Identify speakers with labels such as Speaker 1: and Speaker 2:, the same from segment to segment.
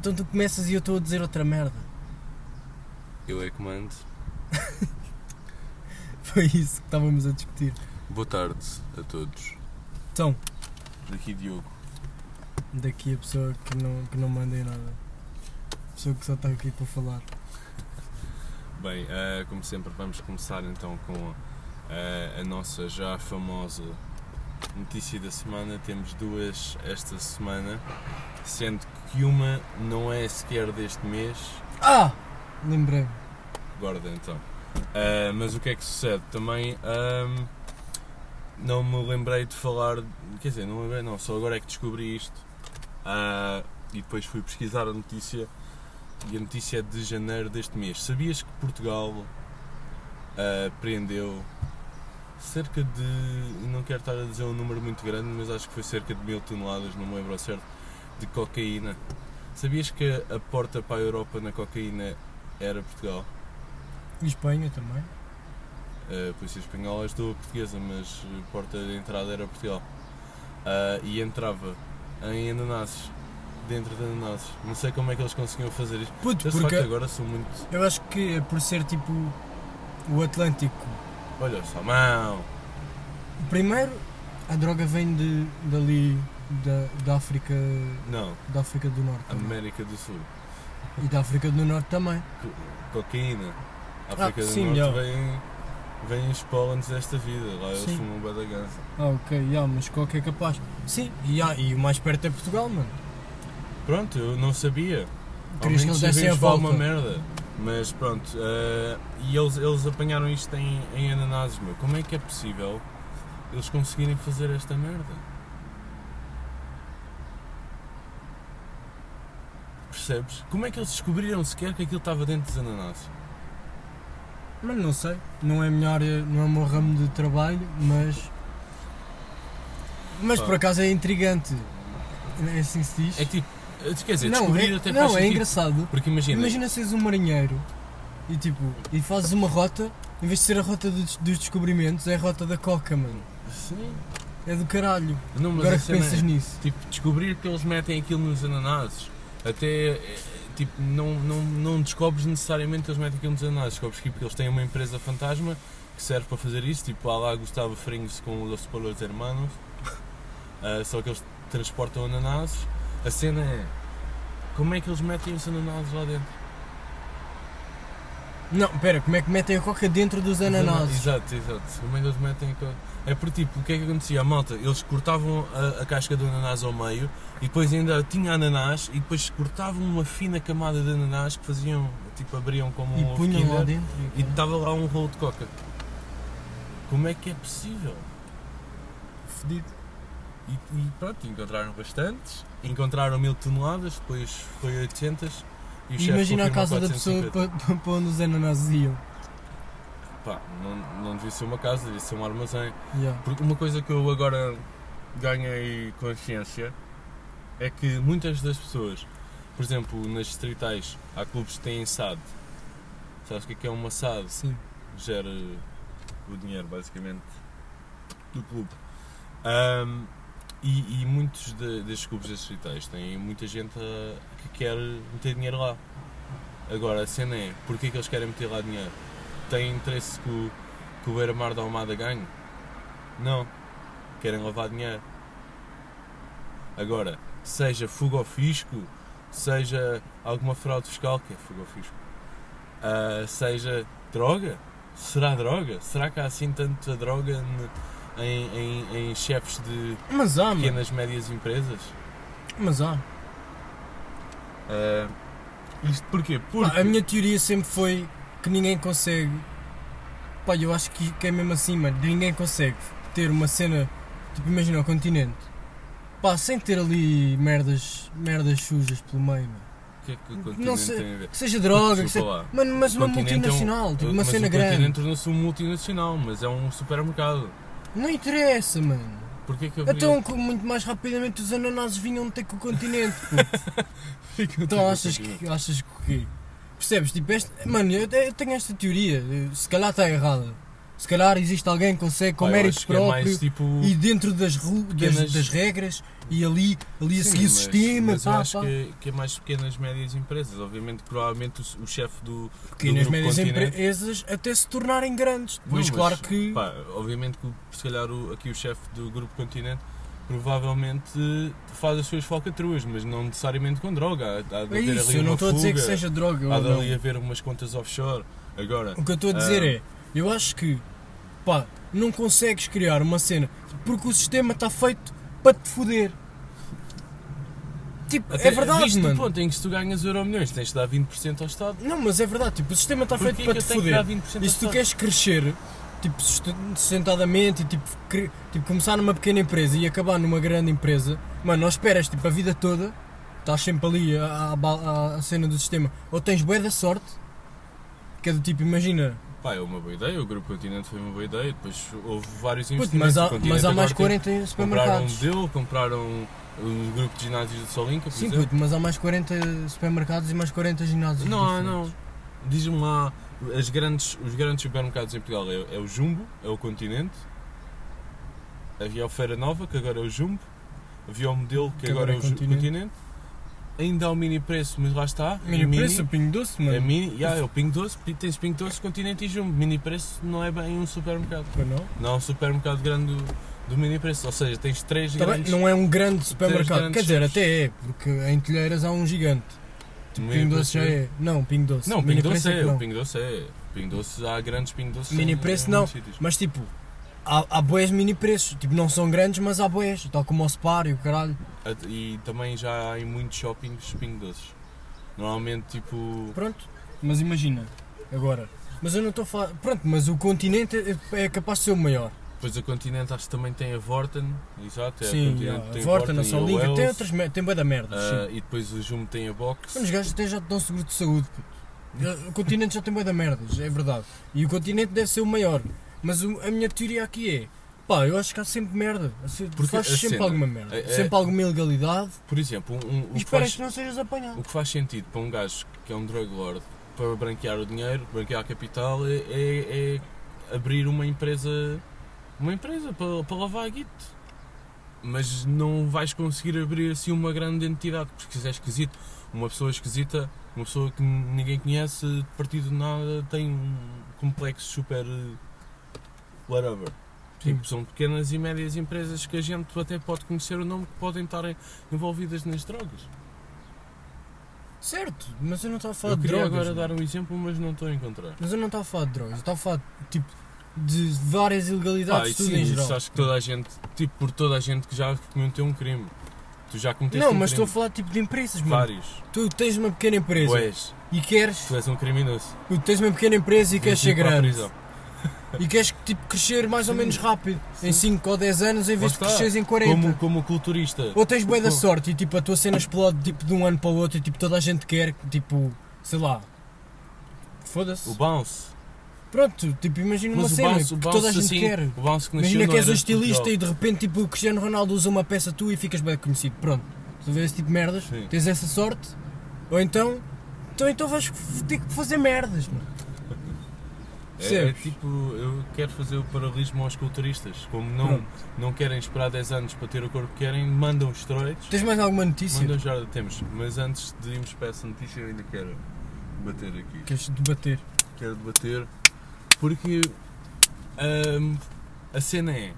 Speaker 1: então tu começas e eu estou a dizer outra merda.
Speaker 2: Eu é que mando.
Speaker 1: Foi isso que estávamos a discutir.
Speaker 2: Boa tarde a todos.
Speaker 1: Então,
Speaker 2: Daqui Diogo.
Speaker 1: daqui a pessoa que não, que não manda em nada. A pessoa que só está aqui para falar.
Speaker 3: Bem, ah, como sempre, vamos começar então com ah, a nossa já famosa notícia da semana. Temos duas esta semana, sendo que uma não é sequer deste mês.
Speaker 1: Ah! Lembrei.
Speaker 3: Guarda então. Ah, mas o que é que sucede? Também ahm, não me lembrei de falar. Quer dizer, não lembrei, não, só agora é que descobri isto. Ah, e depois fui pesquisar a notícia. E a notícia é de janeiro deste mês. Sabias que Portugal ah, prendeu cerca de. Não quero estar a dizer um número muito grande, mas acho que foi cerca de mil toneladas, não me lembro ao certo, de cocaína. Sabias que a porta para a Europa na cocaína era Portugal?
Speaker 1: E Espanha também.
Speaker 3: A polícia espanhola ajudou a portuguesa, mas a porta de entrada era Portugal. Ah, e entrava em ananases, dentro de ananases. Não sei como é que eles conseguiam fazer isto.
Speaker 1: Puto,
Speaker 3: Eu, de
Speaker 1: porque
Speaker 3: facto, agora sou muito.
Speaker 1: eu acho que é por ser tipo o Atlântico.
Speaker 3: Olha o salmão!
Speaker 1: Primeiro, a droga vem de, dali, da, da África
Speaker 3: Não,
Speaker 1: da África do Norte. também.
Speaker 3: América do Sul.
Speaker 1: E da África do Norte também.
Speaker 3: Co- Cocaína. A África do
Speaker 1: Ah, sim,
Speaker 3: Norte
Speaker 1: já.
Speaker 3: vem, vem os pólenes desta vida. Lá eles
Speaker 1: Sim.
Speaker 3: fumam bué da ganza.
Speaker 1: Ah, ok, yeah, mas qualquer é capaz. Sim, yeah, e o mais perto é Portugal, mano.
Speaker 3: Pronto, eu não sabia.
Speaker 1: Querias
Speaker 3: Ao
Speaker 1: que eles
Speaker 3: menos
Speaker 1: dessem a
Speaker 3: sabíamos para
Speaker 1: volta.
Speaker 3: alguma merda. Mas pronto, eh, e eles, eles apanharam isto em, em ananases, meu. Como é que é possível eles conseguirem fazer esta merda? Percebes? Como é que eles descobriram sequer que aquilo estava dentro dos ananases?
Speaker 1: Mas não sei, não é a minha área, não é o meu ramo de trabalho, mas. Mas
Speaker 3: Pá.
Speaker 1: por acaso é intrigante. É assim se diz?
Speaker 3: É que tipo, eh, quer dizer,
Speaker 1: não,
Speaker 3: descobrir
Speaker 1: é,
Speaker 3: até
Speaker 1: não,
Speaker 3: faz
Speaker 1: é
Speaker 3: sentido.
Speaker 1: engraçado.
Speaker 3: Porque imagina,
Speaker 1: Imagina seres um marinheiro e tipo, e fazes uma rota, em vez de ser a rota dos, dos descobrimentos, é a rota da coca, mano.
Speaker 3: Sim.
Speaker 1: É do caralho.
Speaker 3: Não, mas
Speaker 1: Agora
Speaker 3: a
Speaker 1: que
Speaker 3: cena
Speaker 1: pensas
Speaker 3: é-
Speaker 1: nisso.
Speaker 3: Tipo, descobrir que eles metem aquilo nos ananases. Até, eh, tipo, não, não, não descobres necessariamente que eles metem aquilo nos ananases. Descobres que porque eles têm uma empresa fantasma que serve para fazer isso. Tipo, há lá Gustavo Fringos com Los Polos Hermanos. Ah, só que eles transportam ananases. A cena é... Como é que eles metem os ananases lá dentro?
Speaker 1: Não, pera, como é que metem a coca dentro dos ananases?
Speaker 3: Exato, exato. Como é que eles metem... a- É por tipo, o que é que acontecia? A malta, eles cortavam a, a casca do ananás ao meio e depois ainda tinha ananás e depois cortavam uma fina camada de ananás que faziam, tipo, abriam como um
Speaker 1: E
Speaker 3: ovo
Speaker 1: punham lá
Speaker 3: Kinder
Speaker 1: dentro.
Speaker 3: e estava lá um rolo de coca. Como é que é possível?
Speaker 1: fedido.
Speaker 3: E, e pronto, encontraram bastantes, encontraram mil toneladas, depois foi 800 e o chefe
Speaker 1: Imagina a
Speaker 3: confirmou
Speaker 1: casa da pessoa
Speaker 3: 450.
Speaker 1: para, para onde os ananases iam.
Speaker 3: Pá, não, não devia ser uma casa, devia ser um armazém.
Speaker 1: Yeah.
Speaker 3: Porque uma coisa que eu agora ganhei consciência é que muitas das pessoas, por exemplo, nas distritais, há clubes que têm SAD. Sabes o que é que é uma SAD?
Speaker 1: Sim.
Speaker 3: Gera o dinheiro, basicamente, do clube. Ahm, e, e muitos de- destes clubes das distritais têm muita gente a- que quer meter dinheiro lá. Agora, a cena é, porquê que eles querem meter lá dinheiro? Tem interesse que o, que o Beira-Mar da Almada ganhe? Não. Querem lavar dinheiro. Agora, seja fuga ao fisco, seja alguma fraude fiscal, que é fuga ao fisco, ah, seja droga, será droga? Será que há assim tanta droga ne- em, em- em chefes de
Speaker 1: Mas há, mano.
Speaker 3: pequenas, médias empresas?
Speaker 1: Mas há.
Speaker 3: Ah, isto porquê? Porque...
Speaker 1: Pá, Ah, a minha teoria sempre foi que ninguém consegue. Pá, eu acho que, que é mesmo assim, mano. Ninguém consegue ter uma cena. Tipo, imagina o continente. Pá, sem ter ali merdas, merdas sujas pelo meio, mano.
Speaker 3: O que é que o
Speaker 1: Não
Speaker 3: continente
Speaker 1: sei.
Speaker 3: tem a ver?
Speaker 1: Que seja droga, que
Speaker 3: Desculpa
Speaker 1: seja.
Speaker 3: lá.
Speaker 1: Mano, mas
Speaker 3: O
Speaker 1: uma
Speaker 3: continente é um-
Speaker 1: multinacional, tipo, uma
Speaker 3: mas
Speaker 1: cena
Speaker 3: o
Speaker 1: grande.
Speaker 3: continente tornou-se um multinacional, mas é um supermercado.
Speaker 1: Não interessa, mano.
Speaker 3: Porquê que haveria-
Speaker 1: Então, com- muito mais rapidamente os ananases vinham ter com o continente, puto. Então, achas
Speaker 3: tipo,
Speaker 1: que, achas Tipo, que o quê? Percebes? Tipo, este, mano, eu, te- eu tenho esta teoria, eu- se calhar está errada. Se calhar existe alguém que consegue com
Speaker 3: Pá, eu
Speaker 1: mérito
Speaker 3: acho que é
Speaker 1: próprio
Speaker 3: mais tipo.
Speaker 1: e dentro das, ru- das,
Speaker 3: pequenas-
Speaker 1: das regras e ali, ali a
Speaker 3: Sim,
Speaker 1: seguir o
Speaker 3: mas-
Speaker 1: sistema.
Speaker 3: mas eu
Speaker 1: pá,
Speaker 3: acho
Speaker 1: pá.
Speaker 3: Que, que é mais pequenas médias empresas. Obviamente, provavelmente o, s- o chefe do.
Speaker 1: Pequenas,
Speaker 3: do grupo
Speaker 1: médias
Speaker 3: Continente-
Speaker 1: empresas até se tornarem grandes.
Speaker 3: Não,
Speaker 1: Depois, claro que.
Speaker 3: pá, obviamente que o- se calhar o- aqui o chefe do grupo Continente provavelmente eh, faz as suas falcatruas, mas não necessariamente com droga. Há, há de
Speaker 1: é
Speaker 3: haver
Speaker 1: isso,
Speaker 3: ali
Speaker 1: eu não
Speaker 3: uma
Speaker 1: estou a dizer que
Speaker 3: fuga,
Speaker 1: seja droga.
Speaker 3: Há
Speaker 1: ou
Speaker 3: de
Speaker 1: não.
Speaker 3: ali haver umas contas offshore. Agora,
Speaker 1: O que eu estou a dizer
Speaker 3: Ah.
Speaker 1: é, eu acho que, pá, não consegues criar uma cena porque o sistema está feito para te foder. Tipo,
Speaker 3: até
Speaker 1: é verdade,
Speaker 3: visto o
Speaker 1: mano.
Speaker 3: ponto em que se tu ganhas euro milhões tens de dar 20% ao Estado.
Speaker 1: Não, mas é verdade, tipo, o sistema está
Speaker 3: Porquê
Speaker 1: feito
Speaker 3: que
Speaker 1: para
Speaker 3: eu
Speaker 1: te
Speaker 3: tenho que dar
Speaker 1: foder.
Speaker 3: 20% ao
Speaker 1: E se tu
Speaker 3: Estado?
Speaker 1: queres crescer, tipo, suste- sustentadamente e tipo, cre- tipo, começar numa pequena empresa e acabar numa grande empresa, mano, não esperas, tipo, a vida toda, estás sempre ali à, à ba- à cena do sistema. Ou tens bué da sorte, que é do tipo, imagina,
Speaker 3: Pá, é uma boa ideia, o Grupo Continente foi uma boa ideia, depois houve vários
Speaker 1: puto,
Speaker 3: investimentos.
Speaker 1: mas,
Speaker 3: o
Speaker 1: há,
Speaker 3: Continente
Speaker 1: mas há mais
Speaker 3: agora tem-
Speaker 1: 40
Speaker 3: um Compraram
Speaker 1: supermercados.
Speaker 3: Deu, compraram o grupo de ginásios de Solinka, por
Speaker 1: Sim,
Speaker 3: exemplo.
Speaker 1: puto, mas há mais 40 supermercados e mais 40 ginásios.
Speaker 3: Não, há,
Speaker 1: diferentes.
Speaker 3: não. Diz-me lá, as grandes, os grandes supermercados em Portugal é, é o Jumbo, é o Continente, havia o Feira Nova, que agora é o Jumbo, havia o Modelo, que, agora é o Ju-
Speaker 1: Continente.
Speaker 3: Continente. ainda há o Mini Preço, mas lá está, é
Speaker 1: Mini preço, pingo doce, mano.
Speaker 3: é mini, yeah, é o Pingo Doce, pi- tens Pingo Doce, Continente e Jumbo. Mini Preço não é bem um supermercado.
Speaker 1: Pois não?
Speaker 3: Não é um supermercado grande do, do Mini Preço. Ou seja, tens três
Speaker 1: Tá bem,
Speaker 3: grandes.
Speaker 1: não é um grande supermercado.
Speaker 3: grandes
Speaker 1: Quer dizer,
Speaker 3: chefes.
Speaker 1: até é, porque em Telheiras há um gigante.
Speaker 3: Mini
Speaker 1: Pingo doce já
Speaker 3: Preço.
Speaker 1: é. Não, pingo doce.
Speaker 3: assim. Não, o
Speaker 1: Mini
Speaker 3: Pingo Doce
Speaker 1: Preço
Speaker 3: é,
Speaker 1: que
Speaker 3: o
Speaker 1: não.
Speaker 3: Pingo Doce é. O Pingo Doce, há grandes Pingo Doce.
Speaker 1: Mini
Speaker 3: em-
Speaker 1: Preço
Speaker 3: em
Speaker 1: não,
Speaker 3: muitos sítios.
Speaker 1: Mas tipo, há, há boés mini preços. Tipo, não são grandes, mas há boés. Tal como o Spar e o caralho.
Speaker 3: A- E também já há em muitos shoppings Pingo Doces. Normalmente, tipo.
Speaker 1: Pronto, mas imagina, agora. Mas eu não estou a falar. Pronto, mas o continente é- é capaz de ser o maior.
Speaker 3: Depois a Continente, acho que também tem a Vorten. Exato, é a
Speaker 1: Sim,
Speaker 3: Continente
Speaker 1: a
Speaker 3: tem
Speaker 1: Vorta, na
Speaker 3: e a
Speaker 1: Solinga.
Speaker 3: Wells,
Speaker 1: Tem outras. mer- Tem boé da merda. sim.
Speaker 3: ah, e depois o Jumbo tem a Box.
Speaker 1: Mano, os gajos até já te dão seguro de saúde, puto. Já- O continente já tem bué da merdas, é verdade. E o continente deve ser o maior. Mas o- a minha teoria aqui é, pá, eu acho que há sempre merda. Assim, tu
Speaker 3: Porque
Speaker 1: fazes
Speaker 3: a
Speaker 1: sempre
Speaker 3: cena-
Speaker 1: alguma merda.
Speaker 3: é- é-
Speaker 1: sempre alguma ilegalidade.
Speaker 3: Por exemplo, um, um,
Speaker 1: E
Speaker 3: o, que
Speaker 1: esperas
Speaker 3: faz,
Speaker 1: que não sejas apanhado.
Speaker 3: o que faz sentido para um gajo que é um drug lord para branquear o dinheiro, branquear a capital, é, é- é abrir uma empresa. Uma empresa para, para lavar a guito. Mas não vais conseguir abrir assim uma grande entidade, porque isso é esquisito. Uma pessoa esquisita, uma pessoa que ninguém conhece, de partido de nada, tem um complexo super. eh, whatever.
Speaker 1: Sim.
Speaker 3: Tipo, são pequenas e médias empresas que a gente até pode conhecer o nome que podem estar envolvidas nas drogas.
Speaker 1: Certo, mas eu não estava a falar
Speaker 3: Eu
Speaker 1: de
Speaker 3: queria
Speaker 1: drogas.
Speaker 3: agora
Speaker 1: mano.
Speaker 3: dar um exemplo, mas não estou a encontrar.
Speaker 1: Mas eu não estava a falar de drogas, eu estava a falar tipo, de várias
Speaker 3: Ah,
Speaker 1: ilegalidades,
Speaker 3: isso
Speaker 1: tudo
Speaker 3: sim,
Speaker 1: em
Speaker 3: isso
Speaker 1: geral.
Speaker 3: acho que toda a gente, tipo, por toda a gente que já cometeu um crime. Tu já cometeste
Speaker 1: Não,
Speaker 3: um
Speaker 1: mas estou
Speaker 3: crime.
Speaker 1: a falar tipo de empresas, mano.
Speaker 3: vários.
Speaker 1: Tu tens uma pequena empresa
Speaker 3: Tu és,
Speaker 1: e queres.
Speaker 3: tu és um criminoso.
Speaker 1: Tu tens uma pequena empresa e queres
Speaker 3: Tens de ir
Speaker 1: ser
Speaker 3: para a
Speaker 1: grande.
Speaker 3: prisão.
Speaker 1: E queres tipo, crescer mais ou menos rápido, em 5 ou 10 anos, em vez de
Speaker 3: Lá está.
Speaker 1: cresceres em 40.
Speaker 3: Como, como culturista.
Speaker 1: Ou tens bué da
Speaker 3: Como-
Speaker 1: sorte e tipo, a tua cena explode tipo, de um ano para o outro e tipo, toda a gente quer, tipo, sei lá.
Speaker 3: O
Speaker 1: Foda-se.
Speaker 3: bounce.
Speaker 1: Pronto, tipo, imagina uma
Speaker 3: Mas o
Speaker 1: cena
Speaker 3: bounce, o
Speaker 1: que
Speaker 3: bounce
Speaker 1: toda a gente
Speaker 3: assim,
Speaker 1: quer.
Speaker 3: O bounce que nasceu
Speaker 1: Imagina
Speaker 3: não
Speaker 1: que és
Speaker 3: era
Speaker 1: um
Speaker 3: de
Speaker 1: estilista
Speaker 3: Portugal.
Speaker 1: e de repente tipo, o Cristiano Ronaldo usa uma peça tua e ficas bem conhecido. Pronto, tu vês esse tipo de merdas,
Speaker 3: Sim.
Speaker 1: tens essa sorte, ou então, então, então vais f- ter que fazer merdas, mano.
Speaker 3: É, é
Speaker 1: Percebes?
Speaker 3: tipo, eu quero fazer o paralelismo aos culturistas. Como não,
Speaker 1: Pronto.
Speaker 3: não querem esperar 10 anos para ter o corpo que querem, mandam os esteroides.
Speaker 1: Tens mais alguma notícia?
Speaker 3: Mandam já temos. Mas antes de irmos para essa notícia, eu ainda quero bater aqui.
Speaker 1: Queres debater?
Speaker 3: Quero debater porque hum, a cena é: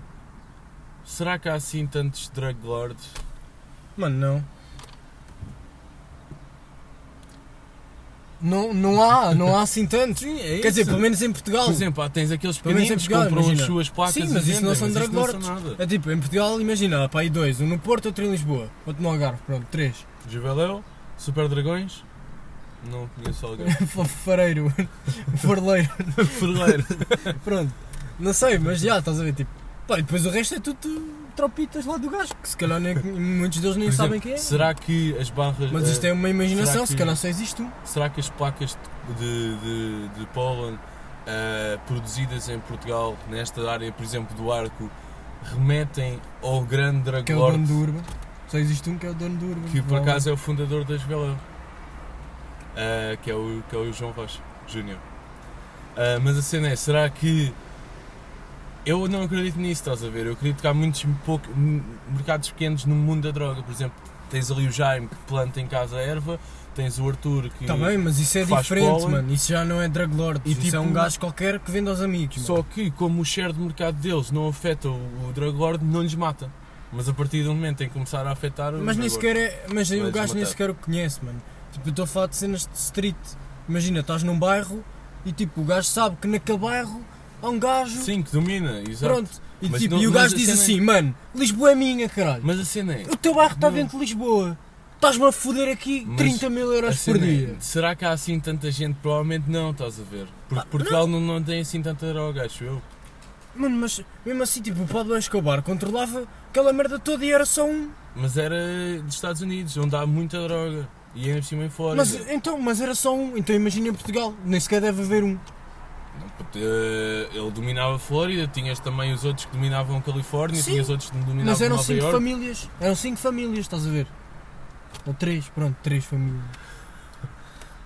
Speaker 3: será que há assim tantos drug lords?
Speaker 1: Mano, não. Não, não há, não há assim tantos.
Speaker 3: Sim, é
Speaker 1: Quer dizer, pelo menos em Portugal.
Speaker 3: Por exemplo, há- tens aqueles
Speaker 1: Pelo menos em
Speaker 3: pequeninos que
Speaker 1: Portugal,
Speaker 3: compram
Speaker 1: imagina.
Speaker 3: as suas placas
Speaker 1: Sim,
Speaker 3: e
Speaker 1: mas isso não
Speaker 3: vendem,
Speaker 1: são
Speaker 3: mas
Speaker 1: drug
Speaker 3: isso não
Speaker 1: lords.
Speaker 3: são nada.
Speaker 1: É tipo, em Portugal, imagina, há para aí dois. Um no Porto, outro em Lisboa. Outro no Algarve, pronto, três.
Speaker 3: Jubileu, Super Dragões, não conheço alguém.
Speaker 1: Fareiro, Farleiro,
Speaker 3: Ferreira.
Speaker 1: pronto. Não sei, mas já, estás a ver, tipo. Pá, e depois o resto é tudo tropitas lá do gajo, que se calhar nem, muitos deles nem
Speaker 3: Por
Speaker 1: sabem
Speaker 3: exemplo,
Speaker 1: quem é.
Speaker 3: Será que as barras.
Speaker 1: Mas isto é uma imaginação,
Speaker 3: será
Speaker 1: se
Speaker 3: que-
Speaker 1: calhar só existe um.
Speaker 3: eh, Será que as placas de, de, de pólen eh, produzidas em Portugal, nesta área, por exemplo, do arco, remetem ao grande
Speaker 1: Que é o dono
Speaker 3: dragão
Speaker 1: do Urban. Só existe um que é o dono do Urban.
Speaker 3: que por acaso é o fundador Eh, das Velas, Eh, que, é o, que é o João Rocha Júnior. Ah, mas a cena é, será que Eu não acredito nisso, estás a ver? Eu acredito que há muitos pouco- m- mercados pequenos no mundo da droga. Por exemplo, tens ali o Jaime que planta em casa a erva, tens o Arthur que.
Speaker 1: Está bem, mas isso é
Speaker 3: faz
Speaker 1: diferente,
Speaker 3: pólen.
Speaker 1: mano. Isso já não é drug lord.
Speaker 3: E
Speaker 1: Isso
Speaker 3: tipo-
Speaker 1: é um gajo qualquer que vende aos amigos. mano.
Speaker 3: Só que, como o share de mercado deles não afeta o, o drug lord, não lhes mata. Mas a partir do momento em que começar a afetar. o
Speaker 1: Mas nem
Speaker 3: drug lord-
Speaker 1: sequer é. Mas
Speaker 3: Vai
Speaker 1: o gajo nem
Speaker 3: desmatar.
Speaker 1: sequer o conhece, mano. Tipo, eu estou a falar de cenas de street. Imagina, estás num bairro e tipo, o gajo sabe que naquele bairro há um gajo.
Speaker 3: Sim, que domina, exato.
Speaker 1: pronto. E,
Speaker 3: Mas
Speaker 1: tipo,
Speaker 3: não-
Speaker 1: e o
Speaker 3: mas
Speaker 1: gajo
Speaker 3: a
Speaker 1: diz
Speaker 3: cena é-
Speaker 1: assim, mano, Lisboa é minha, caralho.
Speaker 3: Mas a cena é.
Speaker 1: O teu bairro está
Speaker 3: Não.
Speaker 1: dentro de Lisboa. Estás-me a foder aqui
Speaker 3: Mas
Speaker 1: 30 mil
Speaker 3: a
Speaker 1: euros por
Speaker 3: cena é,
Speaker 1: dia.
Speaker 3: será que há assim tanta gente? Provavelmente não, estás a ver?
Speaker 1: Ah,
Speaker 3: Porque Portugal não. não tem assim tanta droga, acho eu.
Speaker 1: Mano, mas mesmo assim, tipo, o Pablo Escobar controlava aquela merda toda e era só um.
Speaker 3: Mas era dos Estados Unidos, onde há muita droga. E ainda por cima em fora.
Speaker 1: Mas então, mas era só um. Então imagina em Portugal, nem sequer deve haver um.
Speaker 3: Não, puto, eh, ele dominava a Flórida, tinhas também os outros que dominavam a Califórnia,
Speaker 1: Sim,
Speaker 3: tinhas outros que dominavam
Speaker 1: Mas eram
Speaker 3: Nova
Speaker 1: cinco
Speaker 3: Iorque.
Speaker 1: famílias. Eram cinco famílias, estás a ver? Ou três, pronto, três famílias.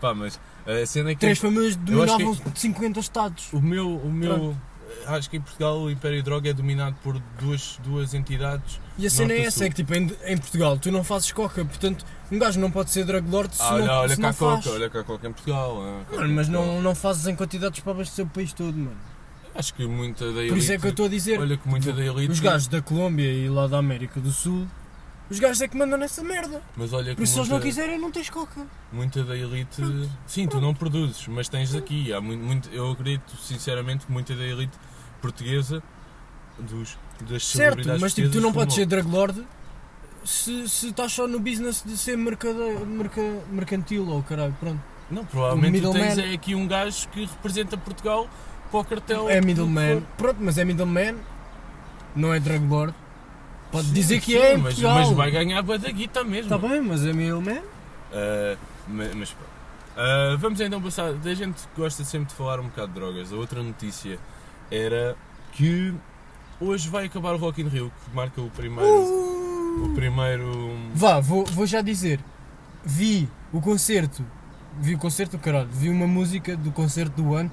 Speaker 3: Pá, mas a cena é que
Speaker 1: Três famílias
Speaker 3: Eu acho que-
Speaker 1: dominavam 50 estados.
Speaker 3: o meu, o meu eh, acho que em Portugal o Império da Droga é dominado por duas, duas entidades.
Speaker 1: E a cena
Speaker 3: Norte
Speaker 1: é
Speaker 3: e
Speaker 1: essa,
Speaker 3: Sul.
Speaker 1: é que tipo, em, em Portugal tu não fazes coca, portanto um gajo não pode ser drug lord se
Speaker 3: Ah,
Speaker 1: não,
Speaker 3: olha, olha
Speaker 1: se
Speaker 3: cá
Speaker 1: não
Speaker 3: a
Speaker 1: faz.
Speaker 3: Coca, olha cá a Coca em Portugal. ah, Coca
Speaker 1: Mano,
Speaker 3: em
Speaker 1: mas
Speaker 3: Portugal.
Speaker 1: não, não fazes em quantidades para abastecer o país todo, mano.
Speaker 3: Acho que muita da elite.
Speaker 1: Por isso é que eu estou a dizer,
Speaker 3: Olha que muita da elite.
Speaker 1: os gajos da Colômbia e lá da América do Sul, os gajos é que mandam nessa merda.
Speaker 3: Mas olha
Speaker 1: Por
Speaker 3: que
Speaker 1: isso se eles
Speaker 3: muita,
Speaker 1: não quiserem, não tens coca.
Speaker 3: muita da elite. Sim, tu não produzes, mas tens aqui. Há muito, muito- eu acredito sinceramente que muita da elite portuguesa dos, das
Speaker 1: Certo,
Speaker 3: celebridades
Speaker 1: mas tipo, tu
Speaker 3: portuguesas
Speaker 1: não podes ser
Speaker 3: fumam.
Speaker 1: drug lord se, se estás só no business de ser mercade, merca, mercantil ou caralho, pronto.
Speaker 3: Não, provavelmente tu tens
Speaker 1: middleman.
Speaker 3: é aqui um gajo que representa Portugal para o cartel.
Speaker 1: é
Speaker 3: que
Speaker 1: middleman.
Speaker 3: for.
Speaker 1: Pronto, mas é middleman, não é drug lord. Pode
Speaker 3: Sim,
Speaker 1: dizer que
Speaker 3: sim,
Speaker 1: é, em
Speaker 3: mas,
Speaker 1: Portugal.
Speaker 3: mas vai ganhar bué da guita mesmo.
Speaker 1: Está bem, mas é middleman.
Speaker 3: Ah, ma- mas pronto. Ah, vamos então passar. A gente gosta sempre de falar um bocado de drogas. A outra notícia era que hoje vai acabar o Rock in Rio, que marca o primeiro. O primeiro.
Speaker 1: Uh! Vá, vou, vou já dizer. Vi o concerto. Vi o concerto do caralho. Vi uma música do concerto do Ant.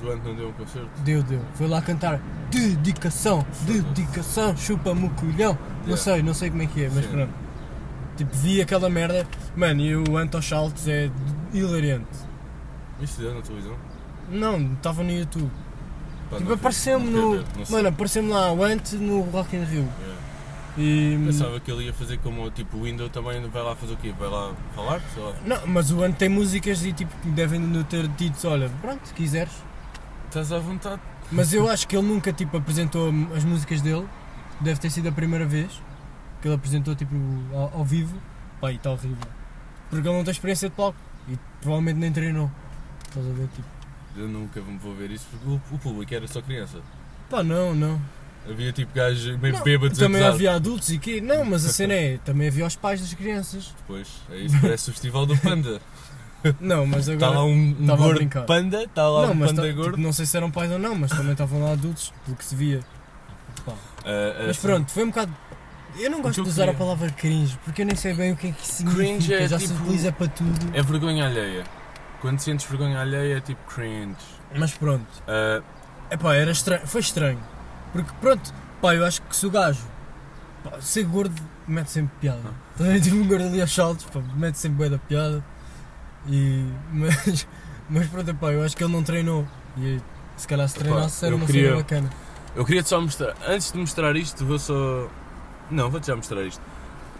Speaker 3: Durante não deu um concerto.
Speaker 1: Deu, deu. Foi lá cantar. Dedicação, dedicação, chupa-me o colhão. Não
Speaker 3: Yeah.
Speaker 1: sei, não sei como é que é, mas
Speaker 3: Sim.
Speaker 1: pronto. Tipo, vi aquela merda. Mano, e o Anto aos Saltos é hilariante.
Speaker 3: Isso deu na televisão?
Speaker 1: Não, estava no YouTube.
Speaker 3: Pá,
Speaker 1: tipo,
Speaker 3: não vi,
Speaker 1: apareceu-me
Speaker 3: não
Speaker 1: no.
Speaker 3: quero ver, não sei.
Speaker 1: Mano, apareceu-me lá o Ant no Rock in Rio.
Speaker 3: Yeah.
Speaker 1: E. hum,
Speaker 3: Pensava que ele ia fazer como tipo o Window também vai lá fazer o quê? Vai lá falar? Sei lá.
Speaker 1: Não, mas o Ant tem músicas e tipo, devem não ter dito, olha, pronto, se quiseres.
Speaker 3: Estás à vontade.
Speaker 1: Mas eu acho que ele nunca tipo, apresentou as músicas dele. Deve ter sido a primeira vez que ele apresentou tipo, ao, ao vivo. Pá, e está horrível. Porque ele não tem experiência de palco e provavelmente nem treinou. Estás a ver? Tipo,
Speaker 3: Eu nunca me vou ver isso porque o, o público era só criança.
Speaker 1: pá, não, não.
Speaker 3: Havia tipo gajos meio
Speaker 1: Não,
Speaker 3: bêbados a
Speaker 1: Também
Speaker 3: gozar.
Speaker 1: havia adultos e quê? Não, mas a cena é, também havia os pais das crianças.
Speaker 3: Pois, é isso, parece o Festival do Panda.
Speaker 1: Não, mas
Speaker 3: Está lá
Speaker 1: agora.
Speaker 3: um, um
Speaker 1: tava a
Speaker 3: gordo
Speaker 1: brincar.
Speaker 3: panda, está lá
Speaker 1: não,
Speaker 3: um
Speaker 1: mas
Speaker 3: panda
Speaker 1: tá- tipo,
Speaker 3: gordo.
Speaker 1: não sei se eram pais ou não, mas também estavam lá adultos, pelo que se via.
Speaker 3: Ah, ah,
Speaker 1: tipo, Mas
Speaker 3: sim.
Speaker 1: pronto, foi um bocado. Eu não gosto
Speaker 3: que eu
Speaker 1: de usar a
Speaker 3: queria-
Speaker 1: palavra cringe, porque eu nem sei bem o que é que significa.
Speaker 3: Cringe é
Speaker 1: já se
Speaker 3: tipo-
Speaker 1: utiliza para tudo.
Speaker 3: É vergonha alheia. Quando sentes vergonha alheia é tipo cringe.
Speaker 1: Mas pronto.
Speaker 3: Ah,
Speaker 1: Epá, era estranho, foi estranho. Porque pronto, pá, eu acho que se o gajo pá, ser gordo mete sempre piada.
Speaker 3: Ah.
Speaker 1: Também tive um gordo ali aos saltos, pá, mete sempre bué da piada. E, mas, mas pronto, pá, eu acho que ele não treinou. E se calhar se
Speaker 3: Epá,
Speaker 1: treinasse era
Speaker 3: eu
Speaker 1: uma
Speaker 3: queria-
Speaker 1: cena bacana.
Speaker 3: eu queria só mostrar. Antes de mostrar isto, vou só. Não, vou-te já mostrar isto.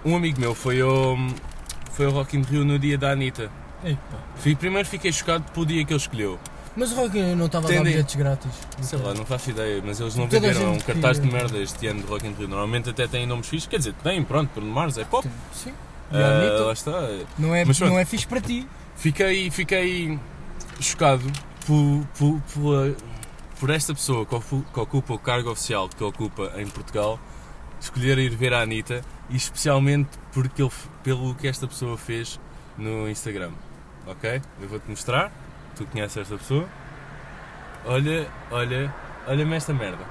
Speaker 3: Um amigo meu foi ao, foi ao Rock in Rio no dia da Anitta.
Speaker 1: Ei, pá.
Speaker 3: Fui- Primeiro fiquei chocado pelo dia que ele escolheu.
Speaker 1: Mas o Rock in Rio não estava a dar
Speaker 3: Entendi.
Speaker 1: bilhetes grátis.
Speaker 3: Sei lá, não faço ideia, mas eles não
Speaker 1: Toda a
Speaker 3: venderam. É um
Speaker 1: gente
Speaker 3: cartaz de
Speaker 1: que-
Speaker 3: merda este ano de Rock in Rio. Normalmente até têm nomes fixos, quer dizer, têm, pronto, Bruno Mars, é pop.
Speaker 1: Sim. E a
Speaker 3: Ah,
Speaker 1: Anitta?
Speaker 3: lá está,
Speaker 1: não, é,
Speaker 3: mas pronto.
Speaker 1: não é fixe para ti.
Speaker 3: Fiquei, fiquei chocado por, por, pela- por esta pessoa que, ocu- que ocupa o cargo oficial que ocupa em Portugal escolher ir ver a Anitta e especialmente porque ele, f- pelo que esta pessoa fez no Instagram. Ok? Eu vou-te mostrar. Tu conheces esta pessoa. Olha, olha, olha-me esta merda.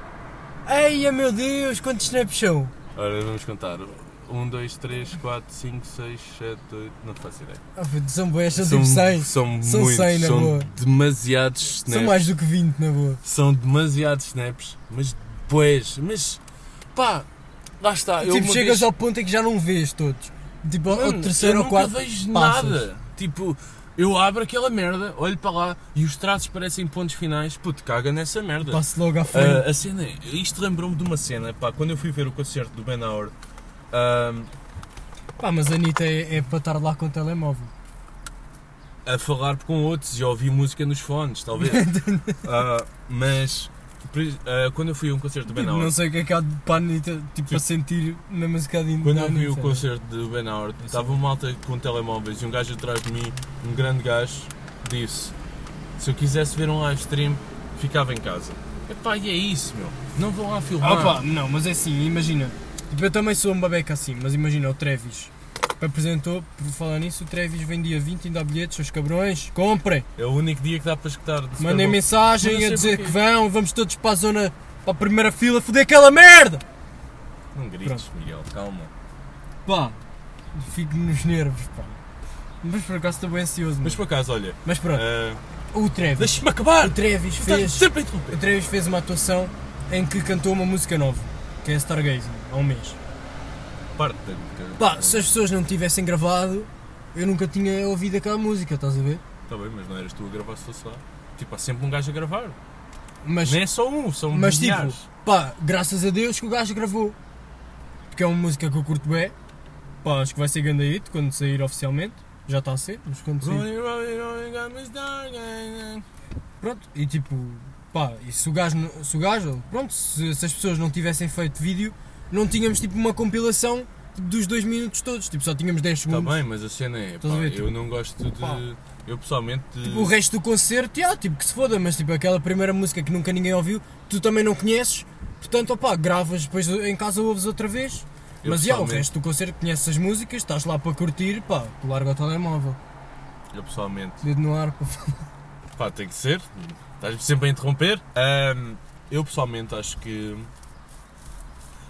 Speaker 1: Eia meu Deus, quantos snaps são?
Speaker 3: Ora, vamos contar. Um, O 1, 2, 3, 4, 5, 6, 7, 8. Não faço ideia.
Speaker 1: Ah, puto, São boas, são tipo 100.
Speaker 3: São,
Speaker 1: São
Speaker 3: muitos,
Speaker 1: 100 na
Speaker 3: são
Speaker 1: boa.
Speaker 3: demasiados
Speaker 1: São
Speaker 3: snaps.
Speaker 1: mais do que 20, na boa.
Speaker 3: São demasiados snaps. Mas depois, mas pá, lá está. Ah, eu
Speaker 1: tipo,
Speaker 3: uma
Speaker 1: chegas
Speaker 3: vez-
Speaker 1: ao ponto em que já não vês todos. Tipo, ao-
Speaker 3: Mano,
Speaker 1: ao terceiro
Speaker 3: eu
Speaker 1: ou quarto.
Speaker 3: nunca vejo
Speaker 1: passas.
Speaker 3: nada. Tipo, eu abro aquela merda, olho para lá e os traços parecem pontos finais. Puto, caga nessa merda.
Speaker 1: Passo logo à
Speaker 3: Ah,
Speaker 1: frente.
Speaker 3: a cena, é- isto lembrou-me de uma cena, pá, quando eu fui ver o concerto do Ben Howard. ahm,
Speaker 1: Pá, mas a Anitta é, é para estar lá com o telemóvel.
Speaker 3: a falar com outros e a ouvir música nos fones, talvez. Ah, mas por isso, ah, quando eu fui a um concerto do Ben
Speaker 1: Tipo,
Speaker 3: Howard,
Speaker 1: não sei o que é que há de para a Anitta, tipo,
Speaker 3: Tipo,
Speaker 1: para sentir na música de
Speaker 3: quando
Speaker 1: da
Speaker 3: eu vi o
Speaker 1: Anitta.
Speaker 3: concerto do Ben Howard, estava uma malta com telemóveis e um gajo atrás de mim, um grande gajo, disse: Se eu quisesse ver um live stream, ficava em casa. Epá, e é isso, meu. Não vão lá filmar.
Speaker 1: Ah, pá, não, mas é assim, imagina. Tipo, eu também sou um babeca assim, mas imagina, o Trevis apresentou, por falar nisso, o Trevis vendia 20 ainda há bilhetes, seus cabrões, comprem,
Speaker 3: É o único dia que dá para escutar. do Super
Speaker 1: mandem
Speaker 3: Bowl. Mas
Speaker 1: mensagem
Speaker 3: não
Speaker 1: a
Speaker 3: sei
Speaker 1: dizer que
Speaker 3: porquê.
Speaker 1: vão, vamos todos para a zona, para a primeira fila, foder aquela merda!
Speaker 3: Não grites, Miguel, calma.
Speaker 1: Hum. Pá, fico nos nervos, pá. Mas por acaso estou bem ansioso,
Speaker 3: Mas
Speaker 1: mas,
Speaker 3: por acaso, olha,
Speaker 1: mas pronto,
Speaker 3: ah,
Speaker 1: o Trevis,
Speaker 3: deixa-me acabar!
Speaker 1: o Trevis
Speaker 3: Estás
Speaker 1: fez...
Speaker 3: sempre a
Speaker 1: O
Speaker 3: interromper.
Speaker 1: Travis fez uma atuação em que cantou uma música nova, que é Stargazing, há um mês.
Speaker 3: Parte da.
Speaker 1: Pá, se as pessoas não tivessem gravado, eu nunca tinha ouvido aquela música, estás a ver?
Speaker 3: Está Tá bem, mas não eras tu a gravar se fosse lá. Tipo, há sempre um gajo a gravar.
Speaker 1: Mas,
Speaker 3: Não é só um, são
Speaker 1: mas tipo,
Speaker 3: milhares.
Speaker 1: pá, graças a Deus que o gajo gravou. Porque é uma música que eu curto bem. Pá, acho que vai ser grande hit quando sair oficialmente. Já está a ser, mas quando sair.
Speaker 3: Rolling, rolling, rolling, got me stargazing.
Speaker 1: Pronto, e tipo, pá, e se o gajo, não- se o gajo pronto, se, se as pessoas não tivessem feito vídeo, não tínhamos tipo uma compilação tipo, dos dois minutos todos, tipo, só tínhamos 10
Speaker 3: Está
Speaker 1: segundos.
Speaker 3: Tá bem, mas a cena é, pá,
Speaker 1: Estás a ver, tipo,
Speaker 3: eu não gosto de...
Speaker 1: pá.
Speaker 3: Eu pessoalmente... de-
Speaker 1: Tipo, o resto do concerto, yeah, tipo, que se foda, mas tipo, aquela primeira música que nunca ninguém ouviu, tu também não conheces, portanto, opá, gravas, depois em casa ouves outra vez.
Speaker 3: Eu
Speaker 1: mas yeah, o
Speaker 3: pessoalmente-
Speaker 1: resto do concerto conheces as músicas, estás lá para curtir, pá, larga o telemóvel,
Speaker 3: Eu pessoalmente...
Speaker 1: dedo no ar, pá.
Speaker 3: Pá, tem que ser. Estás-me sempre a interromper. Ahm, eu pessoalmente acho que...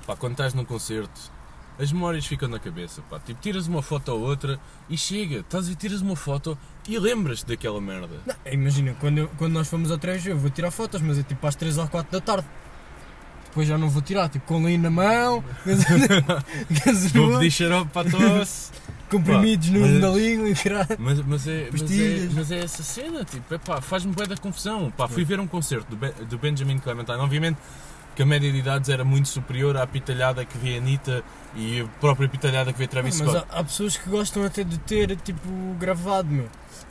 Speaker 3: Pá, quando estás num concerto, as memórias ficam na cabeça, pá. Tipo, tiras uma foto ou outra e chega. Estás a tiras uma foto e lembras-te daquela merda.
Speaker 1: Não, É, imagina, quando, eu- quando nós fomos ao trecho, eu vou tirar fotos, mas é tipo às 3 ou 4 da tarde. Depois já não vou tirar, tipo com lean na mão,
Speaker 3: Vou
Speaker 1: gasolina,
Speaker 3: pedir xarope para a tosse.
Speaker 1: comprimidos
Speaker 3: Pá,
Speaker 1: no,
Speaker 3: mas- é-
Speaker 1: na língua e caralho.
Speaker 3: Mas, mas, é, mas, é,
Speaker 1: Pastilhas.
Speaker 3: mas é essa cena, tipo, epá, faz-me bué da confusão. Pá, fui ver um concerto do, Be- do Benjamin Clementine, obviamente que a média de idades era muito superior à pitalhada que vê a Anitta e a própria pitalhada que vê Travis
Speaker 1: Mas
Speaker 3: Scott.
Speaker 1: há, há pessoas que gostam até de ter, tipo, gravado, meu.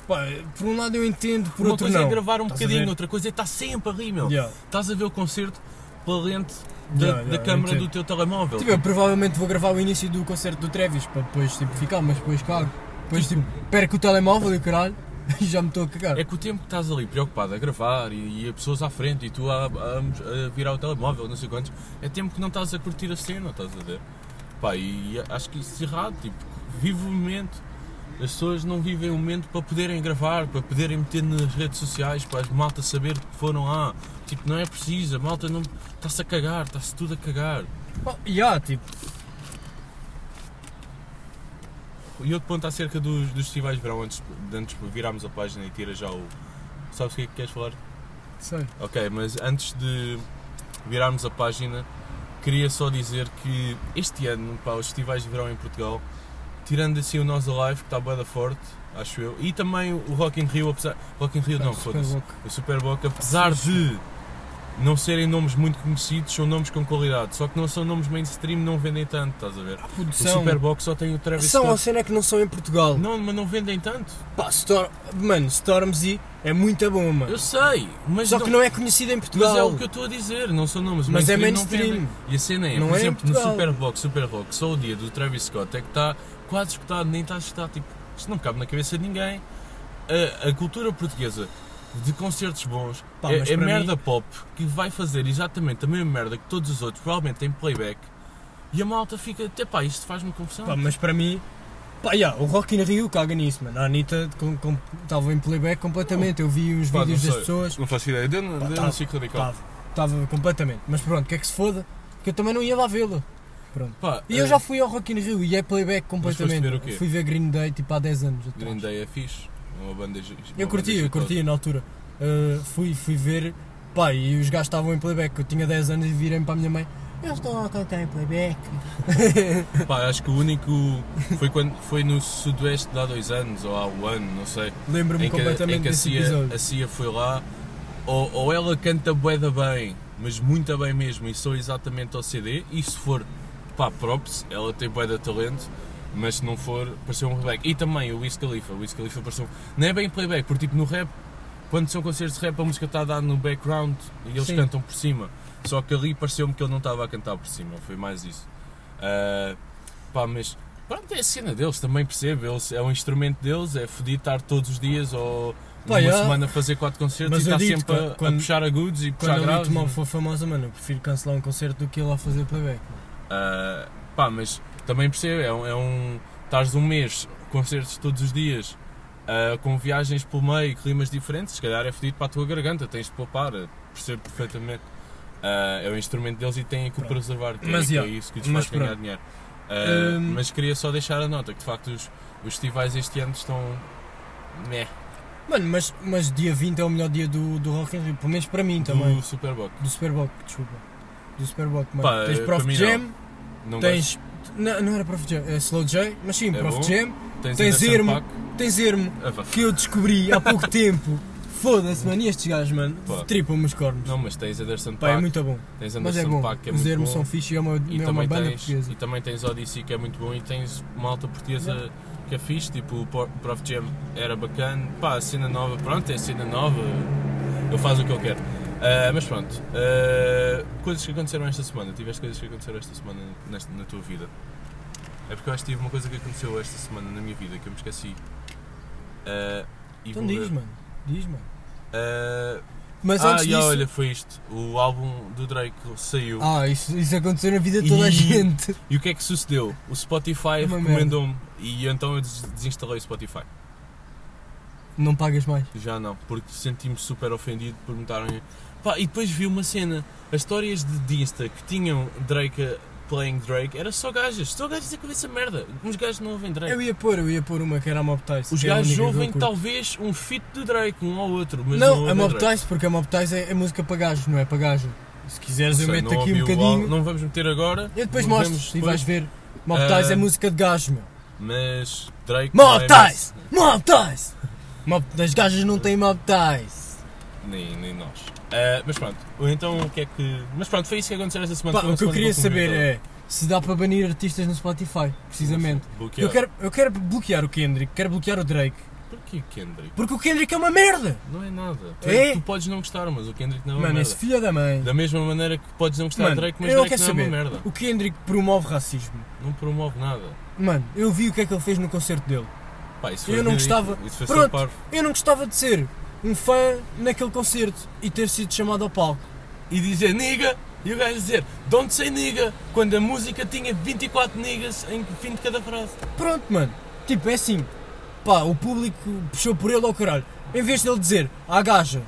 Speaker 1: Pá, por um lado eu entendo, por
Speaker 3: Uma
Speaker 1: outro
Speaker 3: coisa
Speaker 1: não.
Speaker 3: é gravar um
Speaker 1: Estás a
Speaker 3: bocadinho,
Speaker 1: ver?
Speaker 3: outra coisa é estar sempre ali, meu.
Speaker 1: Yeah.
Speaker 3: Estás a ver o concerto pela lente da,
Speaker 1: Yeah, yeah,
Speaker 3: da
Speaker 1: eu
Speaker 3: câmara
Speaker 1: entendo.
Speaker 3: do teu telemóvel.
Speaker 1: Tipo, eu provavelmente vou gravar o início do concerto do Travis, para depois, tipo, ficar, mas depois cago. Depois, tipo, perco o telemóvel e o caralho, e já me estou a cagar.
Speaker 3: É que o tempo que estás ali preocupado a gravar e, e as pessoas à frente e tu a, a- a virar o telemóvel, não sei quantos, é tempo que não estás a curtir a cena, estás a ver? Pá, e acho que isso é errado, tipo, vive o momento. As pessoas não vivem o momento para poderem gravar, para poderem meter nas redes sociais, para as malta saber que foram lá. Tipo, não é preciso, a malta não. Está-se a cagar, está-se tudo a cagar.
Speaker 1: Pá, e há, tipo,
Speaker 3: E outro ponto acerca dos, dos festivais de verão, antes, antes de virarmos a página e tira já o. Sabes o que é que queres falar?
Speaker 1: sei.
Speaker 3: Ok, mas antes de virarmos a página, queria só dizer que este ano, pá, os festivais de verão em Portugal, tirando assim o Nós Alive, que está bué da forte, acho eu, e também o Rock in Rio, apesar... Rock in Rio não, foda-se.
Speaker 1: Superboc.
Speaker 3: O Superboc, apesar de não serem nomes muito conhecidos, são nomes com qualidade, só que não são nomes mainstream, não vendem tanto, estás a ver?
Speaker 1: A
Speaker 3: O
Speaker 1: produção.
Speaker 3: Superboc só tem o Travis
Speaker 1: São a
Speaker 3: Scott.
Speaker 1: cena que não são em Portugal.
Speaker 3: Não, mas não vendem tanto.
Speaker 1: Pá, Stor... Mano, Stormzy é muito bom, mano.
Speaker 3: Eu sei, mas
Speaker 1: Só
Speaker 3: não...
Speaker 1: que não é conhecida em
Speaker 3: Mas
Speaker 1: Portugal.
Speaker 3: é o que eu estou a dizer, não são nomes
Speaker 1: Mas é
Speaker 3: não
Speaker 1: mainstream.
Speaker 3: vendem. E a cena é,
Speaker 1: Não
Speaker 3: por
Speaker 1: é em
Speaker 3: exemplo, no
Speaker 1: Portugal.
Speaker 3: Superbox, Super Rock, só o dia do Travis Scott é que está quase escutado, nem está escutado. Tipo, isto não cabe na cabeça de ninguém. A, a cultura portuguesa de concertos bons
Speaker 1: Pá,
Speaker 3: é,
Speaker 1: mas
Speaker 3: é
Speaker 1: para
Speaker 3: merda pop que vai fazer exatamente a mesma merda que todos os outros, provavelmente tem playback. E a malta fica, até pá, isto faz-me confusão.
Speaker 1: Pá, mas para mim. Pá, yeah, o Rock in Rio caga nisso, mano. A Anitta com- com- estava em playback completamente. Eu vi uns
Speaker 3: Pá, não
Speaker 1: vídeos das
Speaker 3: sei.
Speaker 1: pessoas.
Speaker 3: Não faço ideia, deu, deu
Speaker 1: tá-
Speaker 3: um ciclo radical.
Speaker 1: Estava, estava completamente. Mas pronto, que é que se foda? Que eu também não ia lá vê-la. Pronto.
Speaker 3: Pá,
Speaker 1: E eu
Speaker 3: eh,
Speaker 1: já fui ao Rock in Rio e é playback
Speaker 3: Mas foste
Speaker 1: completamente.
Speaker 3: ver o quê?
Speaker 1: Fui ver Green Day tipo há 10 anos atrás.
Speaker 3: Green Day é fixe. É Uma banda gi- uma
Speaker 1: Eu curti,
Speaker 3: banda
Speaker 1: eu curti
Speaker 3: gigosa.
Speaker 1: na altura. Uh, fui, fui ver, pá, e os gajos estavam em playback. Eu tinha 10 anos e virem para a minha mãe. Eu estou a cantar em playback.
Speaker 3: Pá, acho que o único. Foi, quando, foi no Sudoeste de há dois anos, ou há um ano, não sei.
Speaker 1: Lembro-me
Speaker 3: Em que, em
Speaker 1: completamente
Speaker 3: que a,
Speaker 1: desse
Speaker 3: Cia,
Speaker 1: episódio.
Speaker 3: a Cia foi lá. Ou, ou ela canta boeda bem, mas muito bem mesmo, e sou exatamente ao CD. E se for, pá, props, ela tem boeda talento. Mas se não for, pareceu um playback. E também o Wiz Khalifa. O Wiz Khalifa pareceu. Não é bem playback, porque tipo no rap, quando são concertos de rap, a música está a dar no background e eles
Speaker 1: Sim.
Speaker 3: cantam por cima. Só que ali pareceu-me que ele não estava a cantar por cima, foi mais isso. Ah, pá, mas pronto, é a cena deles, também percebo. Eles, é um instrumento deles, é fodido estar todos os dias ou
Speaker 1: Pá,
Speaker 3: uma
Speaker 1: já.
Speaker 3: semana a fazer quatro concertos
Speaker 1: Mas
Speaker 3: e
Speaker 1: eu
Speaker 3: estar
Speaker 1: digo-te,
Speaker 3: sempre a,
Speaker 1: quando-
Speaker 3: a puxar agudos e puxar
Speaker 1: Quando a
Speaker 3: graves.
Speaker 1: Litmão for famosa, mano, eu prefiro cancelar um concerto do que ir lá fazer playback.
Speaker 3: Ah, pá, mas também percebo, é um. É um estás um mês, concertos todos os dias, ah, com viagens pelo meio, climas diferentes, se calhar é fedido para a tua garganta, tens de poupar, eh, percebo perfeitamente. Ah, é um instrumento deles e têm que o
Speaker 1: Pronto.
Speaker 3: preservar, que,
Speaker 1: Mas,
Speaker 3: é, que
Speaker 1: yeah,
Speaker 3: é isso que lhes
Speaker 1: mas
Speaker 3: faz ganhar
Speaker 1: pronto.
Speaker 3: dinheiro. Ah,
Speaker 1: Hum.
Speaker 3: Mas queria só deixar a nota que de facto os, os festivais este ano estão. meh,
Speaker 1: Mano, mas, mas dia 20 é o melhor dia do, do Rock in Rio, pelo menos para mim também.
Speaker 3: do Superboc.
Speaker 1: Do Superboc, desculpa. Do Superboc, mano.
Speaker 3: Pá,
Speaker 1: tens
Speaker 3: eh,
Speaker 1: Prof
Speaker 3: para mim
Speaker 1: Jam,
Speaker 3: Não
Speaker 1: tens. Não, não era Prof Jam, é Slow J, mas sim,
Speaker 3: É
Speaker 1: Prof
Speaker 3: bom.
Speaker 1: Jam,
Speaker 3: gosto. tens,
Speaker 1: tens
Speaker 3: Anderson
Speaker 1: Irmo.
Speaker 3: Paak.
Speaker 1: tens Ermo,
Speaker 3: Ah, vá.
Speaker 1: que eu descobri há pouco tempo. Foda-se, mano, e estes gajos, mano,
Speaker 3: Pá.
Speaker 1: tripam-me os cornos.
Speaker 3: Não, mas tens Anderson
Speaker 1: Pá, é
Speaker 3: Paak,
Speaker 1: muito bom. Mas
Speaker 3: tens
Speaker 1: é
Speaker 3: Anderson
Speaker 1: bom.
Speaker 3: Paak, que é
Speaker 1: Os
Speaker 3: muito
Speaker 1: Ermo
Speaker 3: bom.
Speaker 1: são fixe e é uma,
Speaker 3: E
Speaker 1: é uma
Speaker 3: também,
Speaker 1: banda
Speaker 3: tens, tipo
Speaker 1: portuguesa.
Speaker 3: e também tens Odyssey que é muito bom e tens malta portuguesa que é fixe, tipo o Por- Prof Jam era bacana, pá, cena nova, pronto, é cena nova, eu faço o que eu quero. Ah, mas pronto, ah, coisas que aconteceram esta semana, tiveste coisas que aconteceram esta semana nesta- na tua vida? É porque eu acho que tive uma coisa que aconteceu esta semana na minha vida que eu me esqueci. Ah, e
Speaker 1: Então
Speaker 3: vou
Speaker 1: diz,
Speaker 3: ler.
Speaker 1: mano. Diz, mano.
Speaker 3: Ah,
Speaker 1: Mas
Speaker 3: ah,
Speaker 1: antes
Speaker 3: e
Speaker 1: disso.
Speaker 3: olha, foi isto, o álbum do Drake saiu.
Speaker 1: Ah, isso, isso aconteceu na vida de toda a
Speaker 3: E-
Speaker 1: gente.
Speaker 3: E o que é que sucedeu? O Spotify
Speaker 1: É Uma
Speaker 3: recomendou-me e então eu des- desinstalei o Spotify.
Speaker 1: Não pagas mais.
Speaker 3: Já não, porque senti-me super ofendido por me estarem. Pá, e depois vi uma cena. As histórias de, de Insta que tinham Drake a- playing Drake era só gajas, só gajas a cabeça merda. Uns gajos não ouvem Drake.
Speaker 1: Eu ia pôr, eu ia pôr É uma que era a Mob Tyson.
Speaker 3: É. Os
Speaker 1: que é a
Speaker 3: gajos
Speaker 1: única que eu
Speaker 3: ouvem
Speaker 1: curto.
Speaker 3: talvez um fit do Drake, um ao outro, mas não,
Speaker 1: Não, é a
Speaker 3: ouvem
Speaker 1: Mob
Speaker 3: Drake.
Speaker 1: Tyson, porque a Mob Tyson é, é música para gajos, não é para gajo. Se quiseres, eu
Speaker 3: Sei,
Speaker 1: meto
Speaker 3: não
Speaker 1: aqui um
Speaker 3: ouvi o álbum,
Speaker 1: bocadinho.
Speaker 3: Não vamos meter agora.
Speaker 1: Eu depois
Speaker 3: vamos
Speaker 1: mostro e
Speaker 3: depois,
Speaker 1: vais ver. Mob Tyson é
Speaker 3: Ah.
Speaker 1: música de gajo, meu.
Speaker 3: Mas Drake.
Speaker 1: Mob
Speaker 3: não é mais-
Speaker 1: Tyson! Mob Tyson! Mob... As gajas não têm Mob Tyson.
Speaker 3: Nem, nem nós. Ah, mas pronto, ou então o que é que. Mas pronto, foi isso que aconteceu esta semana.
Speaker 1: Pá,
Speaker 3: Foi uma
Speaker 1: o que eu
Speaker 3: semana
Speaker 1: queria
Speaker 3: com comida
Speaker 1: saber é se dá para banir artistas no Spotify, precisamente.
Speaker 3: toda. Bloquear.
Speaker 1: Eu quero, eu quero bloquear o Kendrick, quero bloquear o Drake,
Speaker 3: Porquê o Kendrick?
Speaker 1: porque o Kendrick é uma merda!
Speaker 3: Não é nada. Tu,
Speaker 1: É?
Speaker 3: tu podes não gostar, mas o Kendrick não é uma
Speaker 1: Mano, esse
Speaker 3: merda.
Speaker 1: filho da mãe.
Speaker 3: Da mesma maneira que podes não gostar
Speaker 1: Mano,
Speaker 3: de Drake, mas
Speaker 1: eu não
Speaker 3: Drake
Speaker 1: quero
Speaker 3: não é
Speaker 1: saber.
Speaker 3: uma merda.
Speaker 1: O Kendrick promove racismo.
Speaker 3: Não promove nada.
Speaker 1: Mano, eu vi o que é que ele fez no concerto dele.
Speaker 3: Pá, isso
Speaker 1: Eu
Speaker 3: foi
Speaker 1: não
Speaker 3: ridículo.
Speaker 1: gostava-
Speaker 3: Isso foi
Speaker 1: Pronto.
Speaker 3: só parvo.
Speaker 1: Eu não gostava de ser um fã naquele concerto e ter sido chamado ao palco.
Speaker 3: E dizer nigga, e o gajo dizer don't say nigga, quando a música tinha 24 niggas em fim de cada frase.
Speaker 1: Pronto, mano. Tipo, é assim. Pá, o público puxou por ele ao caralho. Em vez dele dizer à gaja,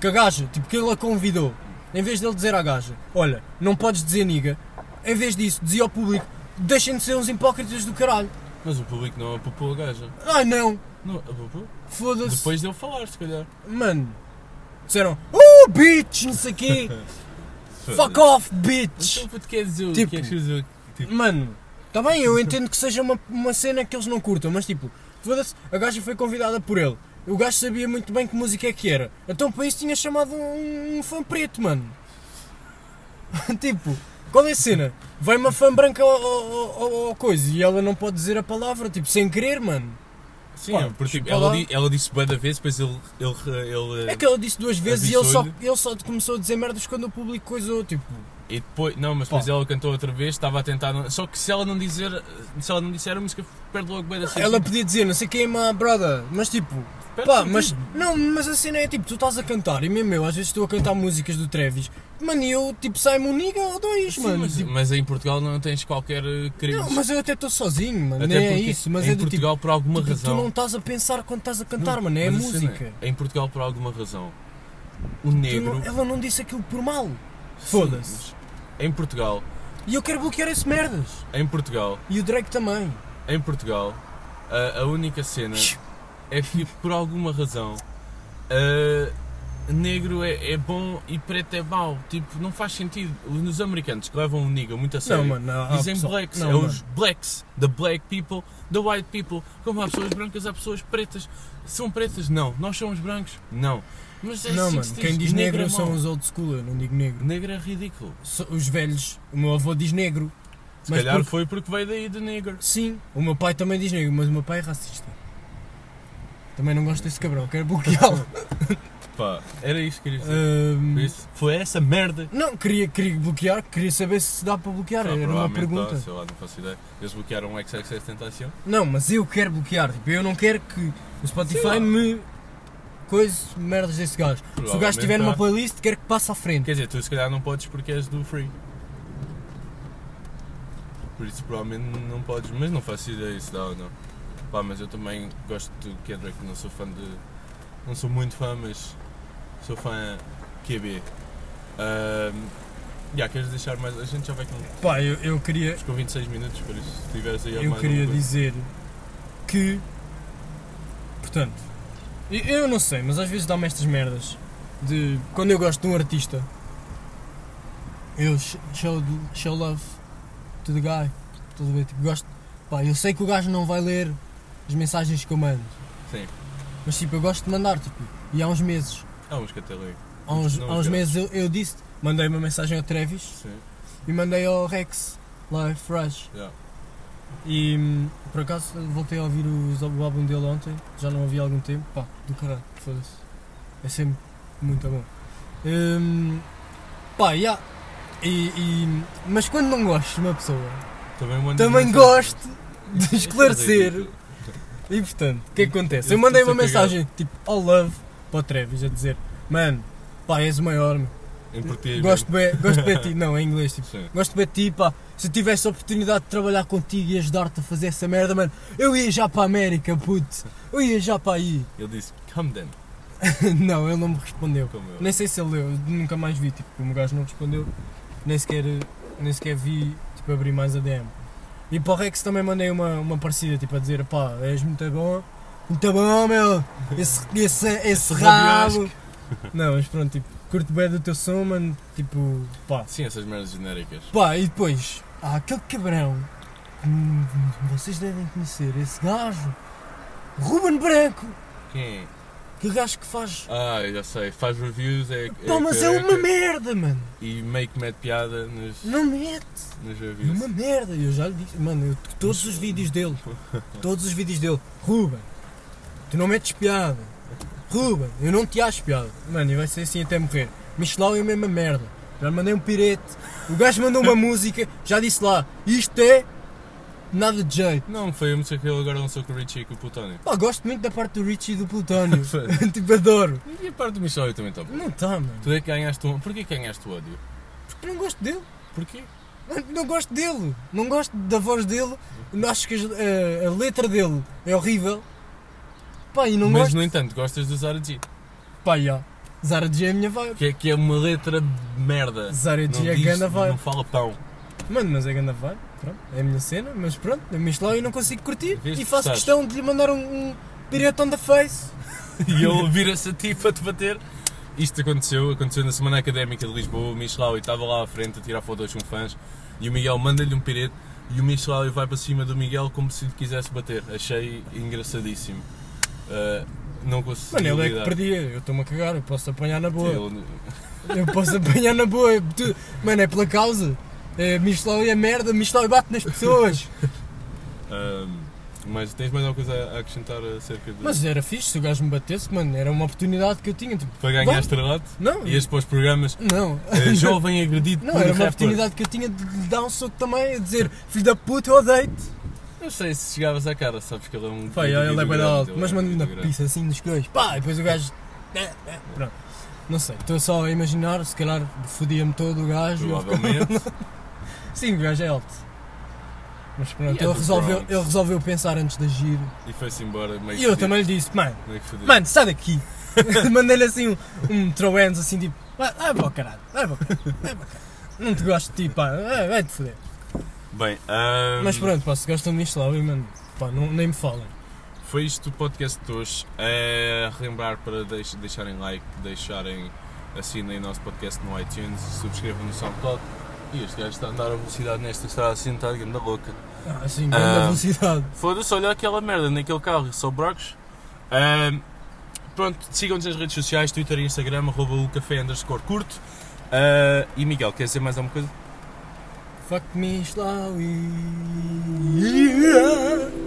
Speaker 1: que a gaja, tipo, que ele a convidou. Em vez dele dizer à gaja, olha, não podes dizer niga. Em vez disso, dizia ao público, deixem de ser uns hipócritas do caralho.
Speaker 3: Mas o público não apupou a gaja.
Speaker 1: Ai não,
Speaker 3: Não, apupou?
Speaker 1: foda-se.
Speaker 3: Depois de eu falar, se calhar.
Speaker 1: Mano, disseram, uh, bitch, não sei quê. Fuck off, bitch!
Speaker 3: Então, puto, quer dizer o
Speaker 1: Tipo-
Speaker 3: que é que dizer? Tipo,
Speaker 1: Mano, tá bem, eu entendo que seja uma, uma cena que eles não curtam, mas tipo, foda-se, a gaja foi convidada por ele. O gajo sabia muito bem que música é que era. Então para isso tinha chamado um, um fã preto, mano. tipo, qual é a cena? Vai uma fã branca ao, ao- ao- ao coisa e ela não pode dizer a palavra, tipo, sem querer, mano.
Speaker 3: Sim,
Speaker 1: Pá,
Speaker 3: é, porque tipo,
Speaker 1: desculpa hum, lá.
Speaker 3: ela, di- ela disse bem da vez, depois ele. ele, ele
Speaker 1: É que ela disse duas vezes e ele só,
Speaker 3: Avisou-lhe.
Speaker 1: ele só começou a dizer merdas quando o público coisou, tipo.
Speaker 3: E depois. Não, mas
Speaker 1: Pá.
Speaker 3: depois ela cantou outra vez, estava a tentar. não- Só que se ela não dizer. Se ela não disser a música, perde logo bem da cena.
Speaker 1: Ela podia dizer, não sei quem é my brother, mas tipo,
Speaker 3: Perde
Speaker 1: Pá,
Speaker 3: sentido.
Speaker 1: mas não, mas a cena é tipo, tu estás a cantar e mesmo eu às vezes estou a cantar músicas do Travis, mano, e eu tipo saio-me um niga ou dois,
Speaker 3: Sim,
Speaker 1: mano.
Speaker 3: mas,
Speaker 1: tipo,
Speaker 3: mas em Portugal não tens qualquer eh, crime.
Speaker 1: não, mas eu até estou sozinho, mano,
Speaker 3: Até
Speaker 1: nem é
Speaker 3: porque
Speaker 1: isso, mas
Speaker 3: em
Speaker 1: é do tipo,
Speaker 3: Portugal, por alguma
Speaker 1: tipo, tu
Speaker 3: razão.
Speaker 1: não estás a pensar quando estás a cantar, mano, é a
Speaker 3: mas a cena
Speaker 1: música.
Speaker 3: é, em Portugal, por alguma razão, o
Speaker 1: Tu não-
Speaker 3: negro.
Speaker 1: ela não disse aquilo por mal.
Speaker 3: Sim,
Speaker 1: Foda-se.
Speaker 3: mas Em Portugal,
Speaker 1: E eu quero bloquear esse merdas.
Speaker 3: Em Portugal,
Speaker 1: E o Drake também.
Speaker 3: em Portugal, a, a única cena é que por alguma razão uh, negro é, é bom e preto é mau. Tipo, não faz sentido. Nos americanos que levam o nigga muito a sério.
Speaker 1: Não, mano, não. há
Speaker 3: Dizem
Speaker 1: pessoal-
Speaker 3: blacks,
Speaker 1: não,
Speaker 3: é
Speaker 1: mano.
Speaker 3: os blacks, the black people, the white people. Como há pessoas brancas, há pessoas pretas. São pretas? Não. Nós somos brancos? Não. Mas é
Speaker 1: Não,
Speaker 3: assim que
Speaker 1: mano,
Speaker 3: se
Speaker 1: quem diz negro,
Speaker 3: é
Speaker 1: são
Speaker 3: mau.
Speaker 1: os old school, eu não digo negro.
Speaker 3: Negro é ridículo.
Speaker 1: So- Os velhos, o meu avô diz negro.
Speaker 3: Se
Speaker 1: Mas
Speaker 3: calhar
Speaker 1: porque-
Speaker 3: foi porque veio daí de negro.
Speaker 1: Sim, o meu pai também diz negro, mas o meu pai é racista. Também não gosto desse cabrão, quero bloqueá-lo.
Speaker 3: Pá, era isto que queria dizer.
Speaker 1: Ahm,
Speaker 3: Por isso, foi essa merda.
Speaker 1: não, queria, queria bloquear, queria saber se dá para bloquear,
Speaker 3: Pá,
Speaker 1: era uma
Speaker 3: provavelmente,
Speaker 1: pergunta.
Speaker 3: Sei lá, não faço ideia. Eles bloquearam um o XXX Tentacion.
Speaker 1: Não, mas eu quero bloquear, tipo, eu não quero que o
Speaker 3: Sei lá.
Speaker 1: Spotify me coise merdas desse gajo. Se o gajo
Speaker 3: Provavelmente
Speaker 1: tiver numa
Speaker 3: há.
Speaker 1: playlist, quero que passe à frente.
Speaker 3: Quer dizer, tu se calhar não podes porque és do free. Por isso provavelmente não podes, mas não faço ideia se dá ou não. Pá, mas eu também gosto do Kendrick, não sou fã de. Não sou muito fã, mas sou fã QB. Ahm, já, queres deixar mais. A gente já vai com.
Speaker 1: Pá, eu, eu queria,
Speaker 3: Ficou 26 minutos, por isso se tiveres aí
Speaker 1: eu
Speaker 3: mais um
Speaker 1: queria
Speaker 3: alguma coisa.
Speaker 1: dizer que. Portanto, eu, eu não sei, mas às vezes dá-me estas merdas de. Quando eu gosto de um artista, eu sh- show, show love to the guy. Estás a ver? Tipo, gosto. Pá, eu sei que o gajo não vai ler as mensagens que eu mando.
Speaker 3: Sim.
Speaker 1: Mas tipo, eu gosto de mandar, tipo, e há uns meses,
Speaker 3: Ah, uns catalães.
Speaker 1: há uns,
Speaker 3: Não,
Speaker 1: há uns
Speaker 3: cara.
Speaker 1: meses eu, eu disse, mandei uma mensagem ao Travis
Speaker 3: Sim.
Speaker 1: e mandei ao Rex, lá Fresh.
Speaker 3: Yeah.
Speaker 1: E hum, por acaso voltei a ouvir os, o álbum dele ontem, já não ouvi há algum tempo, pá, do caralho, foda-se. É sempre muito bom. Hum, pá, yeah. e, e- mas quando não gosto de uma pessoa,
Speaker 3: Também, mandas
Speaker 1: também
Speaker 3: mensagens.
Speaker 1: gosto
Speaker 3: Isso
Speaker 1: de
Speaker 3: é
Speaker 1: esclarecer.
Speaker 3: ridículo.
Speaker 1: E portanto, o que é que acontece? Eu
Speaker 3: Eu
Speaker 1: mandei
Speaker 3: estou
Speaker 1: uma
Speaker 3: a cagar.
Speaker 1: mensagem tipo all love para o Travis a dizer: Mano, pá, és o maior, meu.
Speaker 3: Em português.
Speaker 1: gosto bem, gosto bem de ti. Não, em inglês, tipo,
Speaker 3: mesmo. Sim.
Speaker 1: gosto bem de ti, pá. Se eu tivesse a oportunidade de trabalhar contigo e ajudar-te a fazer essa merda, mano, eu ia já para a América, puto. Eu ia já para aí.
Speaker 3: Ele disse, come then,
Speaker 1: não, ele não me respondeu.
Speaker 3: como eu.
Speaker 1: Nem sei se ele leu, eu nunca mais vi, tipo, o gajo não respondeu, nem sequer, nem sequer vi, tipo, abrir mais a DM. E para o Rex também mandei uma, uma parecida, tipo, a dizer, pá, és muito bom, muito bom, meu, esse, esse, esse rabo. Não, mas pronto, tipo, curto bem do teu som, mano, tipo, pá.
Speaker 3: Sim, essas merdas genéricas.
Speaker 1: Pá, e depois, há aquele cabrão, hum, vocês devem conhecer, esse gajo, Ruben Branco,
Speaker 3: Quem é?
Speaker 1: aquele gajo que faz...
Speaker 3: Ah, eu já sei. Faz reviews, é.
Speaker 1: Pá, mas é
Speaker 3: careca
Speaker 1: uma merda, mano,
Speaker 3: E meio que mete piada nos,
Speaker 1: não mete.
Speaker 3: nos
Speaker 1: É
Speaker 3: reviews.
Speaker 1: uma merda, eu já lhe disse, mano, eu- todos os vídeos dele, todos os vídeos dele, Ruben, tu não metes piada, Ruben, eu não te acho piada, mano, e vai ser assim até morrer. Michelau é a mesma merda, já lhe mandei um pirete, o gajo mandou uma música, já disse lá, isto é nada de jeito.
Speaker 3: Não, foi a música que ele agora lançou com o Richie e com o Plutónio.
Speaker 1: Pá, gosto muito da parte do Richie e do Plutónio, tipo, adoro.
Speaker 3: E a parte do Michel eu também estou.
Speaker 1: Não tá, mano,
Speaker 3: Tu é que ganhaste um. Porquê que ganhaste o ódio?
Speaker 1: porque não gosto dele.
Speaker 3: Porquê?
Speaker 1: Mano, Não gosto dele, não gosto da voz dele, não acho que as- a, a letra dele é horrível. Pá, e não
Speaker 3: mas
Speaker 1: gosto.
Speaker 3: no entanto gostas do Zara G.
Speaker 1: Pá, já. Zara G é a minha vibe.
Speaker 3: Que é, que é uma letra de merda.
Speaker 1: Zara
Speaker 3: Não
Speaker 1: G é a
Speaker 3: diz-
Speaker 1: ganda
Speaker 3: Não
Speaker 1: vibe.
Speaker 3: fala pão.
Speaker 1: Mano, mas é ganda vibe, pronto, é a minha cena, mas pronto, eu mexo lá e não consigo curtir.
Speaker 3: Viste,
Speaker 1: e faço
Speaker 3: sabes.
Speaker 1: questão de lhe mandar um, um direto on the face.
Speaker 3: E eu vira-se a ti para te bater. Isto aconteceu, aconteceu na Semana Académica de Lisboa, o Michelau estava lá à frente a tirar fotos com fãs e o Miguel manda-lhe um pirete e o Michelau vai para cima do Miguel como se lhe quisesse bater. Achei engraçadíssimo. Ah, não consegui
Speaker 1: Mano, ele é que
Speaker 3: lidar.
Speaker 1: perdia, eu estou-me a cagar, eu posso apanhar na boa.
Speaker 3: Ele-
Speaker 1: Eu posso apanhar na boa. é tu- Mano, é pela causa. É, Michelau é merda, Michelau bate nas pessoas.
Speaker 3: Ah, mas tens mais alguma coisa a acrescentar acerca de...
Speaker 1: Mas era fixe se o gajo me batesse, mano, era uma oportunidade que eu tinha. Tipo,
Speaker 3: Para ganhar estrelato?
Speaker 1: não,
Speaker 3: Ias para os programas
Speaker 1: não.
Speaker 3: ah, Jovem Agredido
Speaker 1: Não,
Speaker 3: por
Speaker 1: era uma
Speaker 3: rapper.
Speaker 1: oportunidade que eu tinha de lhe dar um soco também, a dizer filho da puta, eu odeio-te.
Speaker 3: Não sei se chegavas à cara, sabes que ele é um...
Speaker 1: Pai, ele é
Speaker 3: indivíduo
Speaker 1: bem
Speaker 3: grande,
Speaker 1: alto,
Speaker 3: ele é
Speaker 1: mas
Speaker 3: um
Speaker 1: manda-lhe
Speaker 3: indivíduo
Speaker 1: na
Speaker 3: grande.
Speaker 1: pista assim nos colhões. Pá, e depois o gajo. é, é, Pronto. Não sei, estou só a imaginar, se calhar fodia-me todo o gajo. e eu ficava-
Speaker 3: Provavelmente.
Speaker 1: Sim, o gajo é alto. Mas pronto,
Speaker 3: E é
Speaker 1: ele,
Speaker 3: do
Speaker 1: resolveu,
Speaker 3: Bronx.
Speaker 1: ele resolveu pensar antes de agir.
Speaker 3: E foi-se embora meio
Speaker 1: E eu
Speaker 3: fedido.
Speaker 1: também lhe disse, mano,
Speaker 3: Meio que fedido.
Speaker 1: mano, sai daqui. Mandei-lhe assim um, um throw hands assim tipo, vai vai para o caralho, vai para o caralho, vai para o caralho. Não te gosto de ti, pá. Ah, Vai-te foder.
Speaker 3: Bem, ahm,
Speaker 1: Mas pronto, pá, se gostam disto lá, eu, mano, pá, não, nem me falem.
Speaker 3: Foi isto o podcast de hoje. É, lembrar para deix- deixarem like, deixarem assinem o nosso podcast no iTunes, subscrevam no SoundCloud. E este gajo está a andar a velocidade nesta estrada assim, está grande da louca.
Speaker 1: Ah, assim,
Speaker 3: Ah.
Speaker 1: grande velocidade.
Speaker 3: Foda-se, olha aquela merda naquele carro, só buracos. Ahm, pronto, sigam-nos nas redes sociais, Twitter e Instagram, arroba o café underscore curto. Ah, e Miguel, quer dizer mais alguma coisa?
Speaker 1: Fuck me, Slawi. Yeah.